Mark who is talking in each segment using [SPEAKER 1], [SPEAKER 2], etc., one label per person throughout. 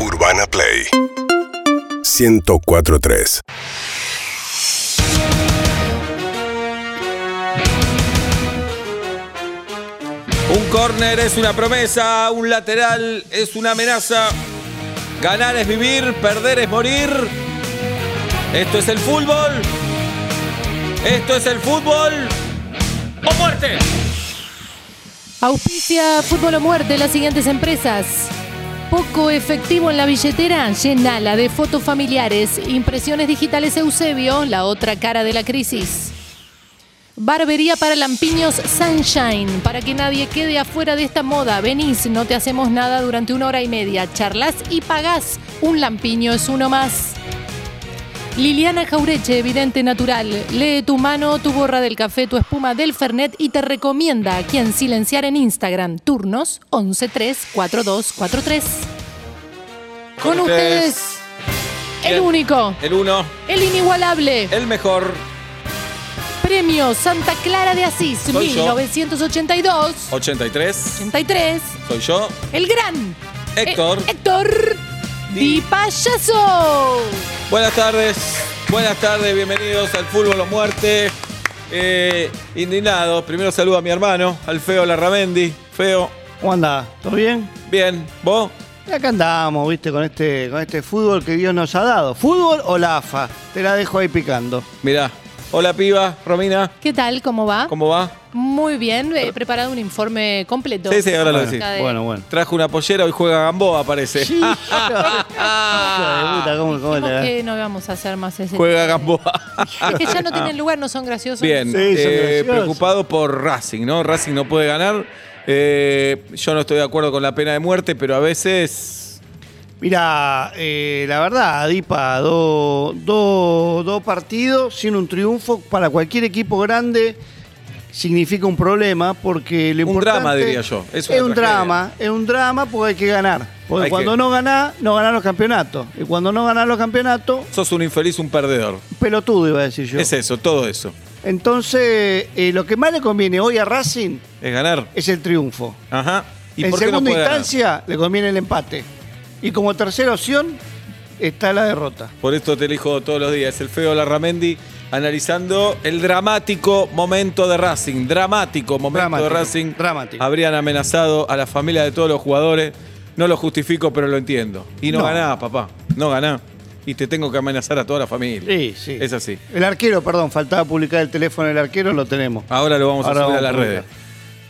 [SPEAKER 1] Urbana Play 1043
[SPEAKER 2] Un córner es una promesa, un lateral es una amenaza. Ganar es vivir, perder es morir. Esto es el fútbol. Esto es el fútbol. ¡O muerte!
[SPEAKER 3] Auspicia Fútbol o Muerte las siguientes empresas. Poco efectivo en la billetera, llenala de fotos familiares, impresiones digitales Eusebio, la otra cara de la crisis. Barbería para lampiños Sunshine, para que nadie quede afuera de esta moda. Venís, no te hacemos nada durante una hora y media, charlas y pagás. Un lampiño es uno más. Liliana Jaureche, Evidente Natural, lee tu mano, tu borra del café, tu espuma del Fernet y te recomienda a quien silenciar en Instagram. Turnos 11342443. Con
[SPEAKER 2] Con ustedes,
[SPEAKER 3] ustedes, el
[SPEAKER 2] ¿quién?
[SPEAKER 3] único,
[SPEAKER 2] El uno,
[SPEAKER 3] el inigualable,
[SPEAKER 2] el mejor,
[SPEAKER 3] premio Santa Clara de Asís,
[SPEAKER 2] Soy yo.
[SPEAKER 3] 1982-83,
[SPEAKER 2] 83, soy yo.
[SPEAKER 3] el gran
[SPEAKER 2] Héctor.
[SPEAKER 3] eh, Héctor
[SPEAKER 2] Di-
[SPEAKER 3] Di Payaso.
[SPEAKER 2] Buenas tardes, buenas tardes, bienvenidos al Fútbol o Muerte. Eh, indignados, primero saludo a mi hermano, al feo Larramendi. Feo,
[SPEAKER 4] ¿Cómo andás? ¿Todo bien?
[SPEAKER 2] bien, ¿vos?
[SPEAKER 4] Y acá andamos, viste, con este, con este fútbol que Dios nos ha dado. ¿Fútbol o la AFA? Te la dejo ahí picando.
[SPEAKER 2] Mirá. Hola piba, Romina,
[SPEAKER 3] ¿Qué tal? ¿Cómo va?
[SPEAKER 2] ¿cómo va?
[SPEAKER 3] Muy bien, he preparado un informe completo.
[SPEAKER 2] Sí, sí, ahora lo
[SPEAKER 3] Acerca
[SPEAKER 2] decís.
[SPEAKER 3] de-
[SPEAKER 4] Bueno, bueno.
[SPEAKER 2] Trajo una pollera, hoy juega Gamboa, parece.
[SPEAKER 4] Sí. Hijo de puta, ¿cómo- cómo
[SPEAKER 3] Ah. Dijimos
[SPEAKER 4] le da?
[SPEAKER 3] que no vamos a hacer más ese.
[SPEAKER 2] Juega Gamboa.
[SPEAKER 3] Es que ya no tienen lugar, no son graciosos.
[SPEAKER 2] Bien,
[SPEAKER 4] Sí, son
[SPEAKER 2] eh,
[SPEAKER 4] graciosos.
[SPEAKER 2] preocupado por Racing, ¿no? Racing no puede ganar. Eh, yo no estoy de acuerdo con la pena de muerte, pero a veces.
[SPEAKER 4] Mira, eh, la verdad, Adipa, dos dos- dos partidos sin un triunfo para cualquier equipo grande significa un problema porque lo
[SPEAKER 2] Un
[SPEAKER 4] importante
[SPEAKER 2] drama, diría yo. Es una
[SPEAKER 4] un
[SPEAKER 2] tragedia.
[SPEAKER 4] drama, es un drama porque hay que ganar. Porque
[SPEAKER 2] Hay
[SPEAKER 4] cuando
[SPEAKER 2] que-
[SPEAKER 4] no ganás, no ganás los campeonatos. Y cuando no ganás los campeonatos,
[SPEAKER 2] Sos un infeliz, un perdedor.
[SPEAKER 4] pelotudo iba a decir yo.
[SPEAKER 2] Es eso, todo eso.
[SPEAKER 4] Entonces, eh, lo que más le conviene hoy a Racing
[SPEAKER 2] Es ganar.
[SPEAKER 4] es el triunfo.
[SPEAKER 2] Ajá. ¿Y
[SPEAKER 4] en
[SPEAKER 2] por qué no
[SPEAKER 4] segunda
[SPEAKER 2] puede ganar?
[SPEAKER 4] instancia le conviene el empate. Y como tercera opción está la derrota.
[SPEAKER 2] Por esto te elijo todos los días. El feo Larramendi analizando el dramático momento de Racing. Dramático momento
[SPEAKER 4] Dramático,
[SPEAKER 2] de Racing.
[SPEAKER 4] dramático.
[SPEAKER 2] Habrían amenazado a la familia de todos los jugadores. No lo justifico, pero lo entiendo. Y no,
[SPEAKER 4] No.
[SPEAKER 2] ganás, papá. No ganás. Y te tengo que amenazar a toda la familia.
[SPEAKER 4] Sí, sí.
[SPEAKER 2] Es así.
[SPEAKER 4] El arquero, perdón, faltaba publicar el teléfono del arquero, lo tenemos.
[SPEAKER 2] Ahora lo vamos
[SPEAKER 4] Ahora
[SPEAKER 2] a subir a
[SPEAKER 4] vamos
[SPEAKER 2] las
[SPEAKER 4] a publicar.
[SPEAKER 2] redes.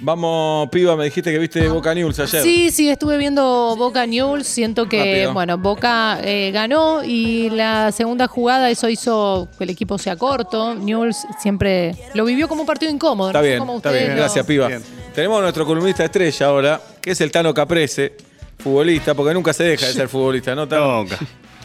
[SPEAKER 2] Vamos, piba, me dijiste que viste Boca News ayer.
[SPEAKER 3] Sí, sí, estuve viendo Boca News. Siento que,
[SPEAKER 2] Rápido.
[SPEAKER 3] bueno, Boca eh, ganó y la segunda jugada, eso hizo que el equipo sea corto. News siempre lo vivió como un partido incómodo.
[SPEAKER 2] Está
[SPEAKER 3] no sé
[SPEAKER 2] bien,
[SPEAKER 3] cómo
[SPEAKER 2] está
[SPEAKER 3] ustedes
[SPEAKER 2] bien.
[SPEAKER 3] lo-
[SPEAKER 2] Gracias, piba.
[SPEAKER 4] Bien.
[SPEAKER 2] Tenemos a nuestro columnista estrella ahora, que es el Tano Caprese, futbolista, porque nunca se deja de ser futbolista, ¿no, Tano?
[SPEAKER 5] Nunca.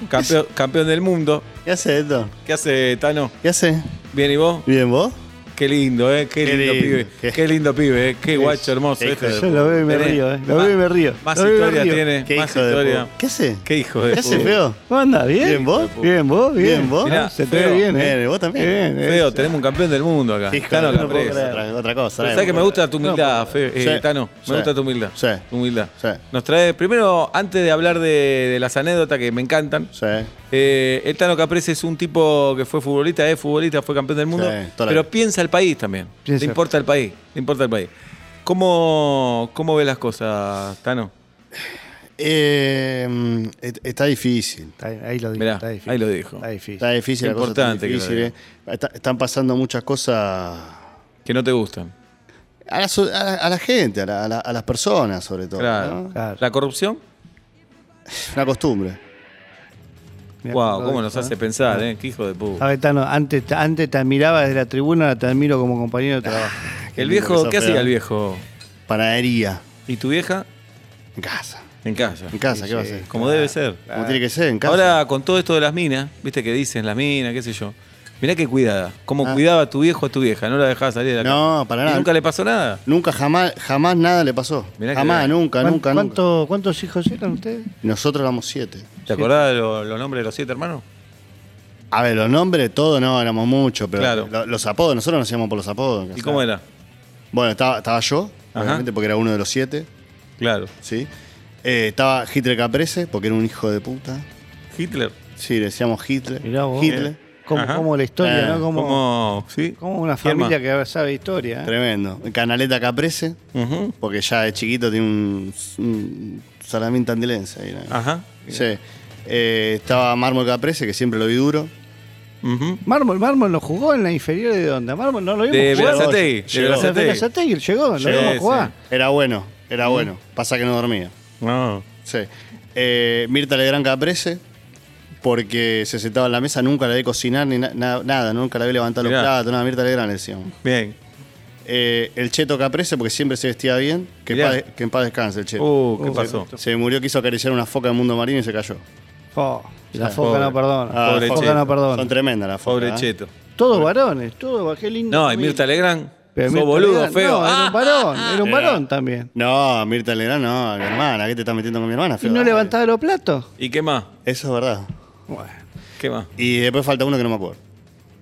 [SPEAKER 2] Campeón, campeón del mundo.
[SPEAKER 5] ¿Qué hace esto?
[SPEAKER 2] ¿Qué hace, Tano?
[SPEAKER 5] ¿Qué hace?
[SPEAKER 2] Bien, ¿y vos?
[SPEAKER 5] ¿Bien vos?
[SPEAKER 2] Qué lindo, ¿eh? Qué
[SPEAKER 5] Qué
[SPEAKER 2] lindo,
[SPEAKER 5] lindo.
[SPEAKER 2] pibe. Qué,
[SPEAKER 5] Qué-
[SPEAKER 2] lindo pibe, ¿eh? Qué guacho hermoso.
[SPEAKER 5] hijo
[SPEAKER 2] este.
[SPEAKER 5] de
[SPEAKER 4] Yo lo veo y me
[SPEAKER 2] Tenés
[SPEAKER 4] río, eh. Lo
[SPEAKER 2] más-
[SPEAKER 4] veo y me río.
[SPEAKER 2] Más
[SPEAKER 4] Lo veo y me
[SPEAKER 2] historia
[SPEAKER 4] río.
[SPEAKER 2] tiene,
[SPEAKER 5] ¿Qué
[SPEAKER 2] más
[SPEAKER 5] hijo de
[SPEAKER 2] historia.
[SPEAKER 5] pu- ¿Qué hace?
[SPEAKER 2] Qué hijo de
[SPEAKER 5] ¿Qué hace,
[SPEAKER 2] pu-
[SPEAKER 5] feo?
[SPEAKER 4] ¿Cómo andás? ¿Bien?
[SPEAKER 5] ¿Bien vos?
[SPEAKER 4] Bien, vos, bien.
[SPEAKER 5] Bien, vos.
[SPEAKER 2] Mirá,
[SPEAKER 4] Se te
[SPEAKER 2] feo.
[SPEAKER 4] ve bien, eh.
[SPEAKER 5] Bien, vos también.
[SPEAKER 4] Bien, eh.
[SPEAKER 2] Feo, tenemos un campeón del mundo acá.
[SPEAKER 5] Hijo
[SPEAKER 2] Tano
[SPEAKER 5] de- no puedo
[SPEAKER 2] Caprese.
[SPEAKER 5] creer. Otra, otra cosa.
[SPEAKER 2] Pero sabes
[SPEAKER 5] eh,
[SPEAKER 2] que me
[SPEAKER 5] no
[SPEAKER 2] gusta tu humildad,
[SPEAKER 5] puedo
[SPEAKER 2] Fe-
[SPEAKER 5] creer.
[SPEAKER 2] eh,
[SPEAKER 5] Sí,
[SPEAKER 2] Tano. Me
[SPEAKER 5] sí,
[SPEAKER 2] gusta tu humildad.
[SPEAKER 5] Sí.
[SPEAKER 2] Tu humildad.
[SPEAKER 5] Sí.
[SPEAKER 2] Nos trae, primero, antes de hablar de, de las anécdotas que me encantan,
[SPEAKER 5] Sí.
[SPEAKER 2] eh, el Tano Caprese es un tipo que fue futbolista, es futbolista, fue campeón del mundo,
[SPEAKER 5] Sí, toda la
[SPEAKER 2] pero
[SPEAKER 5] vida.
[SPEAKER 2] piensa el país también.
[SPEAKER 4] Piensa.
[SPEAKER 2] Le importa el país, le importa el país. ¿Cómo, cómo ves las cosas, Tano?
[SPEAKER 5] Eh, mm, et- está difícil.
[SPEAKER 4] Está- Ahí lo dijo.
[SPEAKER 2] Mirá,
[SPEAKER 4] está difícil.
[SPEAKER 2] ahí lo dijo.
[SPEAKER 4] Está difícil.
[SPEAKER 5] Está difícil. la cosa está
[SPEAKER 2] Importante que lo
[SPEAKER 5] difícil,
[SPEAKER 2] diga.
[SPEAKER 5] eh. Está- están pasando muchas cosas
[SPEAKER 2] Que no te gustan.
[SPEAKER 5] a la, so- a la- a la gente, a, la- a la- a las personas sobre todo.
[SPEAKER 2] Claro.
[SPEAKER 5] ¿no?
[SPEAKER 4] Claro.
[SPEAKER 2] ¿La corrupción?
[SPEAKER 5] Una costumbre.
[SPEAKER 4] Mirá,
[SPEAKER 2] wow,
[SPEAKER 4] lo
[SPEAKER 2] cómo
[SPEAKER 4] dijo,
[SPEAKER 2] nos
[SPEAKER 4] eh.
[SPEAKER 2] hace pensar, ¿eh? Qué hijo de puta.
[SPEAKER 4] A ver, Tano, antes, te- antes te admiraba desde la tribuna, ahora te admiro como compañero de trabajo.
[SPEAKER 2] El
[SPEAKER 5] lindo que
[SPEAKER 2] viejo,
[SPEAKER 5] sos,
[SPEAKER 2] ¿qué hacía
[SPEAKER 5] Fede.
[SPEAKER 2] el viejo?
[SPEAKER 5] Panadería.
[SPEAKER 2] ¿Y tu vieja?
[SPEAKER 5] En casa.
[SPEAKER 2] En casa.
[SPEAKER 5] En casa, ¿qué va a hacer?
[SPEAKER 2] Como debe ser.
[SPEAKER 5] Como tiene que ser, en casa.
[SPEAKER 2] Ahora, con todo esto de las minas, viste que dicen las minas, qué sé yo. Mirá qué cuidada. Cómo
[SPEAKER 5] Ah.
[SPEAKER 2] cuidaba tu viejo a tu vieja, no la dejaba salir de la casa.
[SPEAKER 5] No, para
[SPEAKER 2] ¿Y
[SPEAKER 5] nada.
[SPEAKER 2] nunca le pasó nada?
[SPEAKER 5] Nunca, jamás, jamás nada le pasó.
[SPEAKER 2] Mirá que
[SPEAKER 5] jamás,
[SPEAKER 2] bien.
[SPEAKER 5] nunca,
[SPEAKER 4] ¿Cuán-
[SPEAKER 5] nunca, nunca.
[SPEAKER 4] cuánto- ¿Cuántos hijos eran ustedes?
[SPEAKER 5] Nosotros éramos siete.
[SPEAKER 2] ¿Te acordás de lo- los nombres de los siete hermanos?
[SPEAKER 5] A ver, los nombres, todos no, éramos muchos, pero
[SPEAKER 2] Claro.
[SPEAKER 5] lo- los apodos, nosotros nos íbamos por los apodos.
[SPEAKER 2] ¿Y cómo era?
[SPEAKER 5] Bueno, estaba, estaba yo,
[SPEAKER 2] Ajá.
[SPEAKER 5] obviamente, porque era uno de los siete,
[SPEAKER 2] Claro.
[SPEAKER 5] ¿sí? Eh, estaba Hitler Caprese, porque era un hijo de puta.
[SPEAKER 2] Hitler.
[SPEAKER 5] Sí, le decíamos Hitler.
[SPEAKER 4] Mirá vos. Eh.
[SPEAKER 5] Hitler.
[SPEAKER 4] Como,
[SPEAKER 2] Ajá.
[SPEAKER 4] como la historia,
[SPEAKER 5] Eh,
[SPEAKER 4] ¿no? Como, como,
[SPEAKER 2] ¿Cómo? ¿Sí?
[SPEAKER 4] una
[SPEAKER 2] ¿Quién más?
[SPEAKER 4] familia que sabe historia. ¿eh?
[SPEAKER 5] Tremendo. Canaleta Caprese,
[SPEAKER 2] Ujú.
[SPEAKER 5] porque ya de chiquito tiene un, un salamín tandilense. ahí, ¿no?
[SPEAKER 4] Ah,
[SPEAKER 2] Ajá.
[SPEAKER 5] Sí. Eh, estaba Mármol Caprese, que siempre lo vi duro.
[SPEAKER 2] Ujú.
[SPEAKER 4] Mármol, Mármol lo jugó en la inferior de onda. Mármol no lo vimos
[SPEAKER 2] De
[SPEAKER 4] jugar.
[SPEAKER 2] Berazategui. De
[SPEAKER 5] Llegó. Llegó.
[SPEAKER 4] De
[SPEAKER 2] Berazategui.
[SPEAKER 4] Berazategui, llegó,
[SPEAKER 2] Sí,
[SPEAKER 4] lo vimos
[SPEAKER 2] sí.
[SPEAKER 4] jugar.
[SPEAKER 5] Era bueno, era bueno. Pasa que no dormía.
[SPEAKER 2] No.
[SPEAKER 5] Sí. Eh, Mirta Legrand Caprese, porque se sentaba en la mesa, nunca la vi cocinar ni na- na- nada, nunca la vi levantar los
[SPEAKER 2] Mirá.
[SPEAKER 5] platos, nada, Mirta Legrand le decíamos.
[SPEAKER 2] Bien.
[SPEAKER 5] Eh, el Cheto Caprese, porque siempre se vestía bien, que, en
[SPEAKER 2] Mirá.
[SPEAKER 5] paz de- que en paz descanse el Cheto.
[SPEAKER 2] Uh, ¿qué
[SPEAKER 4] Uh,
[SPEAKER 2] pasó?
[SPEAKER 5] Se murió, quiso acariciar una foca en mundo marino y se cayó.
[SPEAKER 4] Oh, la
[SPEAKER 5] Sí.
[SPEAKER 4] foca
[SPEAKER 2] Pobre.
[SPEAKER 4] no perdona.
[SPEAKER 5] Ah,
[SPEAKER 4] la
[SPEAKER 2] pobre
[SPEAKER 4] foca
[SPEAKER 2] Cheto.
[SPEAKER 4] no
[SPEAKER 5] Son
[SPEAKER 4] perdona.
[SPEAKER 5] tremendas las focas.
[SPEAKER 2] Pobre
[SPEAKER 4] Ah.
[SPEAKER 5] ¿eh?
[SPEAKER 2] Cheto.
[SPEAKER 4] Todos varones, todos, qué lindo.
[SPEAKER 2] No, y
[SPEAKER 4] familia.
[SPEAKER 2] Mirta Legrand.
[SPEAKER 4] Pero
[SPEAKER 2] Sos
[SPEAKER 4] Mirta
[SPEAKER 2] boludo,
[SPEAKER 4] Legrand,
[SPEAKER 2] feo.
[SPEAKER 4] No, era un
[SPEAKER 2] Ah,
[SPEAKER 4] varón, era un
[SPEAKER 5] Era-
[SPEAKER 4] varón también.
[SPEAKER 5] No, Mirta Legrand no, mi hermana, ¿qué te estás metiendo con mi hermana?
[SPEAKER 4] ¿Y
[SPEAKER 5] feo?
[SPEAKER 4] no
[SPEAKER 2] eh.
[SPEAKER 5] Dale.
[SPEAKER 4] levantaba los platos?
[SPEAKER 2] ¿Y qué más?
[SPEAKER 5] Eso es verdad.
[SPEAKER 4] Bueno.
[SPEAKER 2] ¿Qué más?
[SPEAKER 5] Y después falta uno que no me acuerdo.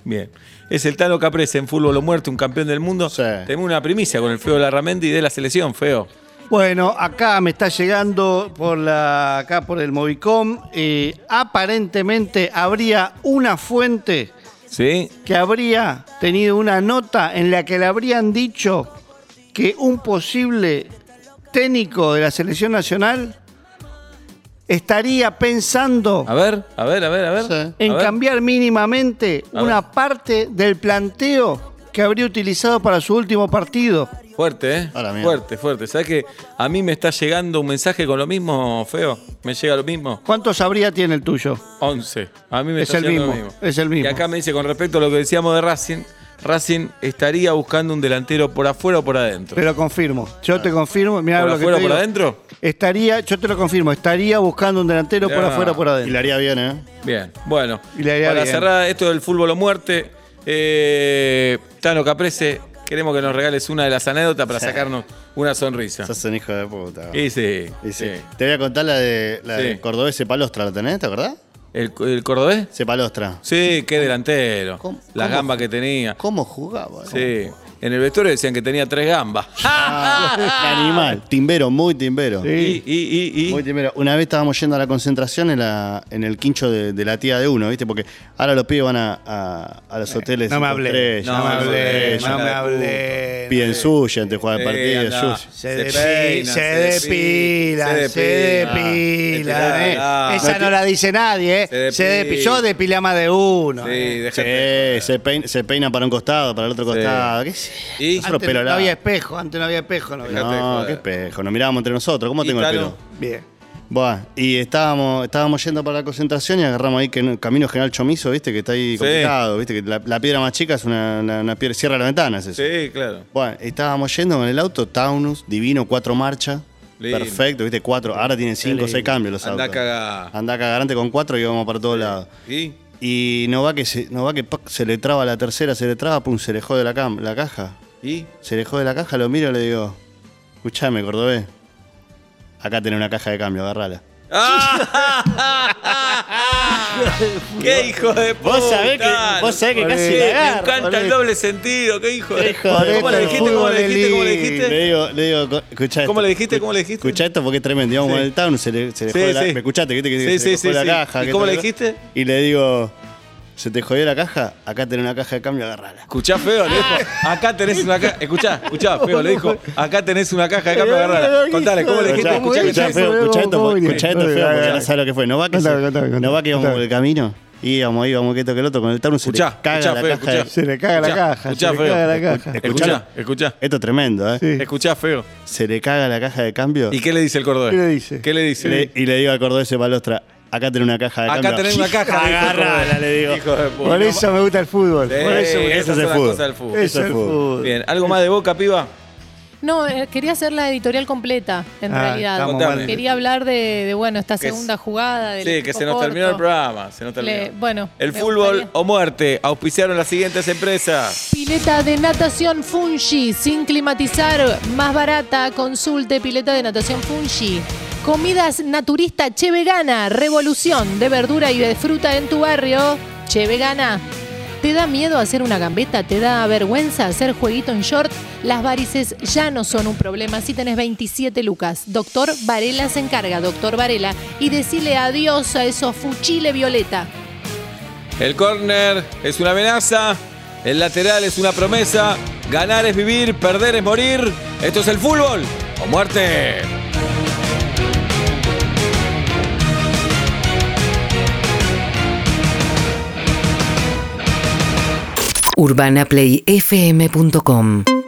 [SPEAKER 2] Bien. Es el Tano Caprese en fútbol o muerte, un campeón del mundo.
[SPEAKER 5] Sí.
[SPEAKER 2] Tenemos una primicia con el feo Larramendi de la selección, feo.
[SPEAKER 4] Bueno, acá me está llegando por la, acá por el Movicom. eh, aparentemente habría una fuente
[SPEAKER 2] ¿Sí?
[SPEAKER 4] que habría tenido una nota en la que le habrían dicho que un posible técnico de la selección nacional estaría pensando
[SPEAKER 2] A ver, a ver, a ver, a ver.
[SPEAKER 5] Sí.
[SPEAKER 4] en
[SPEAKER 2] A ver.
[SPEAKER 4] cambiar mínimamente
[SPEAKER 2] A
[SPEAKER 4] una
[SPEAKER 2] ver.
[SPEAKER 4] parte del planteo que habría utilizado para su último partido.
[SPEAKER 2] Fuerte, ¿eh?
[SPEAKER 5] A la mierda.
[SPEAKER 2] fuerte, fuerte. ¿Sabes que a mí me está llegando un mensaje con lo mismo, feo? ¿Me llega lo mismo?
[SPEAKER 4] ¿Cuántos habría tiene el tuyo?
[SPEAKER 2] 11. A mí me
[SPEAKER 4] Es
[SPEAKER 2] está
[SPEAKER 4] el
[SPEAKER 2] llegando
[SPEAKER 4] mismo,
[SPEAKER 2] lo mismo.
[SPEAKER 4] es el mismo.
[SPEAKER 2] Y acá me dice, con respecto a lo que decíamos de Racing, Racing estaría buscando un delantero por afuera o por adentro.
[SPEAKER 4] Te lo confirmo. Yo te confirmo. Mirá
[SPEAKER 2] ¿Por
[SPEAKER 4] lo que
[SPEAKER 2] afuera
[SPEAKER 4] te
[SPEAKER 2] o por
[SPEAKER 4] digo.
[SPEAKER 2] adentro?
[SPEAKER 4] Estaría, yo te lo confirmo, estaría buscando un delantero por
[SPEAKER 2] Ya.
[SPEAKER 4] afuera o por
[SPEAKER 5] Y
[SPEAKER 4] adentro.
[SPEAKER 5] la haría bien, ¿eh?
[SPEAKER 2] Bien, bueno.
[SPEAKER 4] Y la idea
[SPEAKER 2] para
[SPEAKER 4] bien.
[SPEAKER 2] cerrar esto del fútbol o muerte, eh, Tano Caprese, queremos que nos regales una de las anécdotas para sacarnos una sonrisa.
[SPEAKER 5] Sos un hijo de puta.
[SPEAKER 2] Y sí,
[SPEAKER 5] Y sí.
[SPEAKER 2] sí.
[SPEAKER 5] Te voy a contar la de, la de
[SPEAKER 2] Sí.
[SPEAKER 5] Cordobés Cepalostra, ¿la tenés? ¿Te acordás?
[SPEAKER 2] ¿El, el cordobés?
[SPEAKER 5] Cepalostra.
[SPEAKER 2] Sí, qué delantero.
[SPEAKER 5] ¿Cómo-
[SPEAKER 2] Las
[SPEAKER 5] cómo-
[SPEAKER 2] gambas que tenía.
[SPEAKER 5] ¿Cómo jugaba?
[SPEAKER 2] Sí. En el vestuario decían que tenía tres gambas.
[SPEAKER 5] Ah, Animal. Timbero, muy timbero.
[SPEAKER 2] Y, y, y,
[SPEAKER 5] Muy
[SPEAKER 2] y.
[SPEAKER 5] timbero. Una vez estábamos yendo a la concentración en, la, en el quincho de, de la tía de uno, ¿viste? Porque ahora los pibes van a, a, a los hoteles.
[SPEAKER 4] Eh, No me
[SPEAKER 5] cinco
[SPEAKER 4] hablé.
[SPEAKER 5] estrellas,
[SPEAKER 4] No me
[SPEAKER 5] cinco
[SPEAKER 4] hablé.
[SPEAKER 5] estrellas.
[SPEAKER 4] No me
[SPEAKER 2] de
[SPEAKER 4] hablé.
[SPEAKER 5] Piden suya antes de jugar el
[SPEAKER 2] Eh,
[SPEAKER 5] partido.
[SPEAKER 2] anda.
[SPEAKER 5] sushi.
[SPEAKER 4] Se,
[SPEAKER 2] Se
[SPEAKER 4] depi-
[SPEAKER 2] peina,
[SPEAKER 4] se
[SPEAKER 2] se
[SPEAKER 4] depila,
[SPEAKER 2] depila,
[SPEAKER 4] se depila.
[SPEAKER 2] se depila.
[SPEAKER 4] eh. Esa no la dice nadie,
[SPEAKER 2] Se
[SPEAKER 4] ¿eh? Se depi-
[SPEAKER 2] depila.
[SPEAKER 4] Yo depilé a más de uno.
[SPEAKER 2] Sí,
[SPEAKER 4] eh.
[SPEAKER 5] Sí,
[SPEAKER 2] dejate.
[SPEAKER 5] se, peina, se peina para un costado, para el otro costado. ¿Qué sé?
[SPEAKER 2] Y-
[SPEAKER 5] Nosotros
[SPEAKER 4] Antes
[SPEAKER 5] pelo
[SPEAKER 4] no había
[SPEAKER 5] largo.
[SPEAKER 4] espejo, antes no había espejo. No había.
[SPEAKER 2] Dejate de
[SPEAKER 5] No,
[SPEAKER 2] joder.
[SPEAKER 5] qué espejo. Nos mirábamos entre nosotros. ¿Cómo
[SPEAKER 2] Y
[SPEAKER 5] tengo el
[SPEAKER 2] Tano.
[SPEAKER 5] pelo?
[SPEAKER 4] Bien.
[SPEAKER 5] Buah, y estábamos, estábamos yendo para la concentración y agarramos ahí que en el camino general Chomizo, viste, que está ahí
[SPEAKER 2] Sí.
[SPEAKER 5] complicado, viste, que la, la piedra más chica es una, una- una piedra, cierra la ventana, es eso.
[SPEAKER 2] Sí, claro.
[SPEAKER 5] Bueno, estábamos yendo con el auto Taunus, divino, cuatro marchas,
[SPEAKER 2] Lindo.
[SPEAKER 5] perfecto, viste, cuatro, ahora tienen cinco o seis cambios los
[SPEAKER 2] Andá
[SPEAKER 5] autos.
[SPEAKER 2] cagá.
[SPEAKER 5] Andá cagarante con cuatro y vamos para todos lados.
[SPEAKER 2] ¿Y?
[SPEAKER 5] Y no va que se, no va que pac, se le traba la tercera, se le traba, pum, se le jode la, cam- la caja.
[SPEAKER 2] ¿Y?
[SPEAKER 5] Se le jode la caja, lo miro y le digo, escuchame, cordobés, acá tenés una caja de cambio, agarrala.
[SPEAKER 2] ¡Qué hijo de puta!
[SPEAKER 5] Vos sabés que, vos sabés que
[SPEAKER 4] Por
[SPEAKER 5] casi
[SPEAKER 4] ahí.
[SPEAKER 5] la
[SPEAKER 2] Me
[SPEAKER 5] agarro,
[SPEAKER 2] encanta el
[SPEAKER 5] boludo.
[SPEAKER 2] doble sentido, qué hijo de
[SPEAKER 5] Hijo de
[SPEAKER 2] ¿Cómo
[SPEAKER 5] puta,
[SPEAKER 2] le
[SPEAKER 5] el
[SPEAKER 2] dijiste? ¿Cómo le
[SPEAKER 4] fútbol
[SPEAKER 2] dijiste? ¿Cómo le
[SPEAKER 4] elite.
[SPEAKER 5] Le
[SPEAKER 2] dijiste?
[SPEAKER 5] digo, le digo, co- escuchá esto.
[SPEAKER 2] ¿Cómo le dijiste?
[SPEAKER 5] Escu-
[SPEAKER 2] ¿Cómo le dijiste?
[SPEAKER 5] Escuchá esto porque es tremendo. Íbamos
[SPEAKER 2] Sí.
[SPEAKER 5] en el town, se le, se le
[SPEAKER 2] Sí,
[SPEAKER 5] jode la-
[SPEAKER 2] sí.
[SPEAKER 5] ¿Me escuchaste? ¿Viste? Que
[SPEAKER 2] Sí,
[SPEAKER 5] se
[SPEAKER 2] sí,
[SPEAKER 5] le
[SPEAKER 2] sí,
[SPEAKER 5] jode la
[SPEAKER 2] sí.
[SPEAKER 5] caja.
[SPEAKER 2] ¿Y
[SPEAKER 5] que
[SPEAKER 2] cómo
[SPEAKER 5] tal,
[SPEAKER 2] le
[SPEAKER 5] tal.
[SPEAKER 2] dijiste?
[SPEAKER 5] Y le digo, ¿se te jodió la caja? Acá tenés una caja de cambio, agarrala.
[SPEAKER 2] Escuchá, feo, le dijo. Acá tenés una caja. Escuchá, escuchá, feo, le dijo. Acá tenés una caja de cambio, agarrala. Contale, ¿cómo le dijiste?
[SPEAKER 4] Escuchá,
[SPEAKER 2] Escuchá,
[SPEAKER 5] Escuchá,
[SPEAKER 2] escuchá.
[SPEAKER 5] feo,
[SPEAKER 4] feo,
[SPEAKER 5] escuchá esto,
[SPEAKER 4] ¿cómo
[SPEAKER 5] po-
[SPEAKER 4] viene?
[SPEAKER 5] escuchá esto,
[SPEAKER 4] Dale,
[SPEAKER 5] feo,
[SPEAKER 4] dale,
[SPEAKER 5] porque ya
[SPEAKER 4] dale.
[SPEAKER 5] sabes lo que fue. No va que, se-
[SPEAKER 4] Contame, contame,
[SPEAKER 5] no va
[SPEAKER 4] contame.
[SPEAKER 5] que íbamos por el camino. Íbamos, íbamos, que esto, que el otro. Con el town se le
[SPEAKER 2] Escuchá,
[SPEAKER 5] caga
[SPEAKER 2] escuchá,
[SPEAKER 5] la
[SPEAKER 2] feo,
[SPEAKER 5] caja. de-
[SPEAKER 2] escuchá.
[SPEAKER 4] Se le caga la caja,
[SPEAKER 2] Escuchá,
[SPEAKER 4] se le
[SPEAKER 2] feo.
[SPEAKER 4] caga la caja.
[SPEAKER 2] Escuchá, escuchá.
[SPEAKER 5] Esto es tremendo, ¿eh?
[SPEAKER 4] Sí.
[SPEAKER 2] Escuchá, feo.
[SPEAKER 5] Se le caga la caja de cambio.
[SPEAKER 2] ¿Y qué le dice el cordobés?
[SPEAKER 4] ¿Qué le dice?
[SPEAKER 2] ¿Qué le dice?
[SPEAKER 5] Le- y le digo al cordobés de Palostra, acá tenés una caja de
[SPEAKER 2] Acá
[SPEAKER 5] cambio.
[SPEAKER 2] tenés una caja. dijo el
[SPEAKER 5] Agarrala,
[SPEAKER 2] cordobés.
[SPEAKER 5] le digo.
[SPEAKER 2] Hijo de puta.
[SPEAKER 4] Por eso me gusta el fútbol.
[SPEAKER 2] Sí,
[SPEAKER 4] Por eso me-
[SPEAKER 5] esa
[SPEAKER 2] esas
[SPEAKER 5] es el
[SPEAKER 2] son las
[SPEAKER 5] fútbol.
[SPEAKER 2] cosas del fútbol.
[SPEAKER 4] Es
[SPEAKER 5] eso
[SPEAKER 4] el
[SPEAKER 5] fue.
[SPEAKER 4] fútbol.
[SPEAKER 2] Bien, ¿algo más de boca, piba?
[SPEAKER 3] No, eh, quería hacer la editorial completa, en
[SPEAKER 4] Ah,
[SPEAKER 3] realidad.
[SPEAKER 4] estamos
[SPEAKER 2] Contame.
[SPEAKER 4] mal.
[SPEAKER 3] Quería hablar de, de, bueno, esta
[SPEAKER 2] Que es-
[SPEAKER 3] segunda jugada. del
[SPEAKER 2] Sí, que
[SPEAKER 3] equipo
[SPEAKER 2] se nos
[SPEAKER 3] corto.
[SPEAKER 2] terminó el programa. Se nos terminó.
[SPEAKER 3] Le- bueno,
[SPEAKER 2] el
[SPEAKER 3] me
[SPEAKER 2] fútbol
[SPEAKER 3] gustaría.
[SPEAKER 2] o muerte auspiciaron las siguientes empresas.
[SPEAKER 3] Pileta de natación Fungi, sin climatizar, más barata. Consulte Pileta de natación Fungi. Comidas naturista Che Vegana, revolución de verdura y de fruta en tu barrio. Che Vegana. ¿Te da miedo hacer una gambeta? ¿Te da vergüenza hacer jueguito en short? Las varices ya no son un problema si tenés 27 lucas. Doctor Varela se encarga, doctor Varela, y decile adiós a esos fuchile violeta.
[SPEAKER 2] El córner es una amenaza. El lateral es una promesa. Ganar es vivir, perder es morir. Esto es el fútbol o muerte.
[SPEAKER 1] urbanaplayfm.com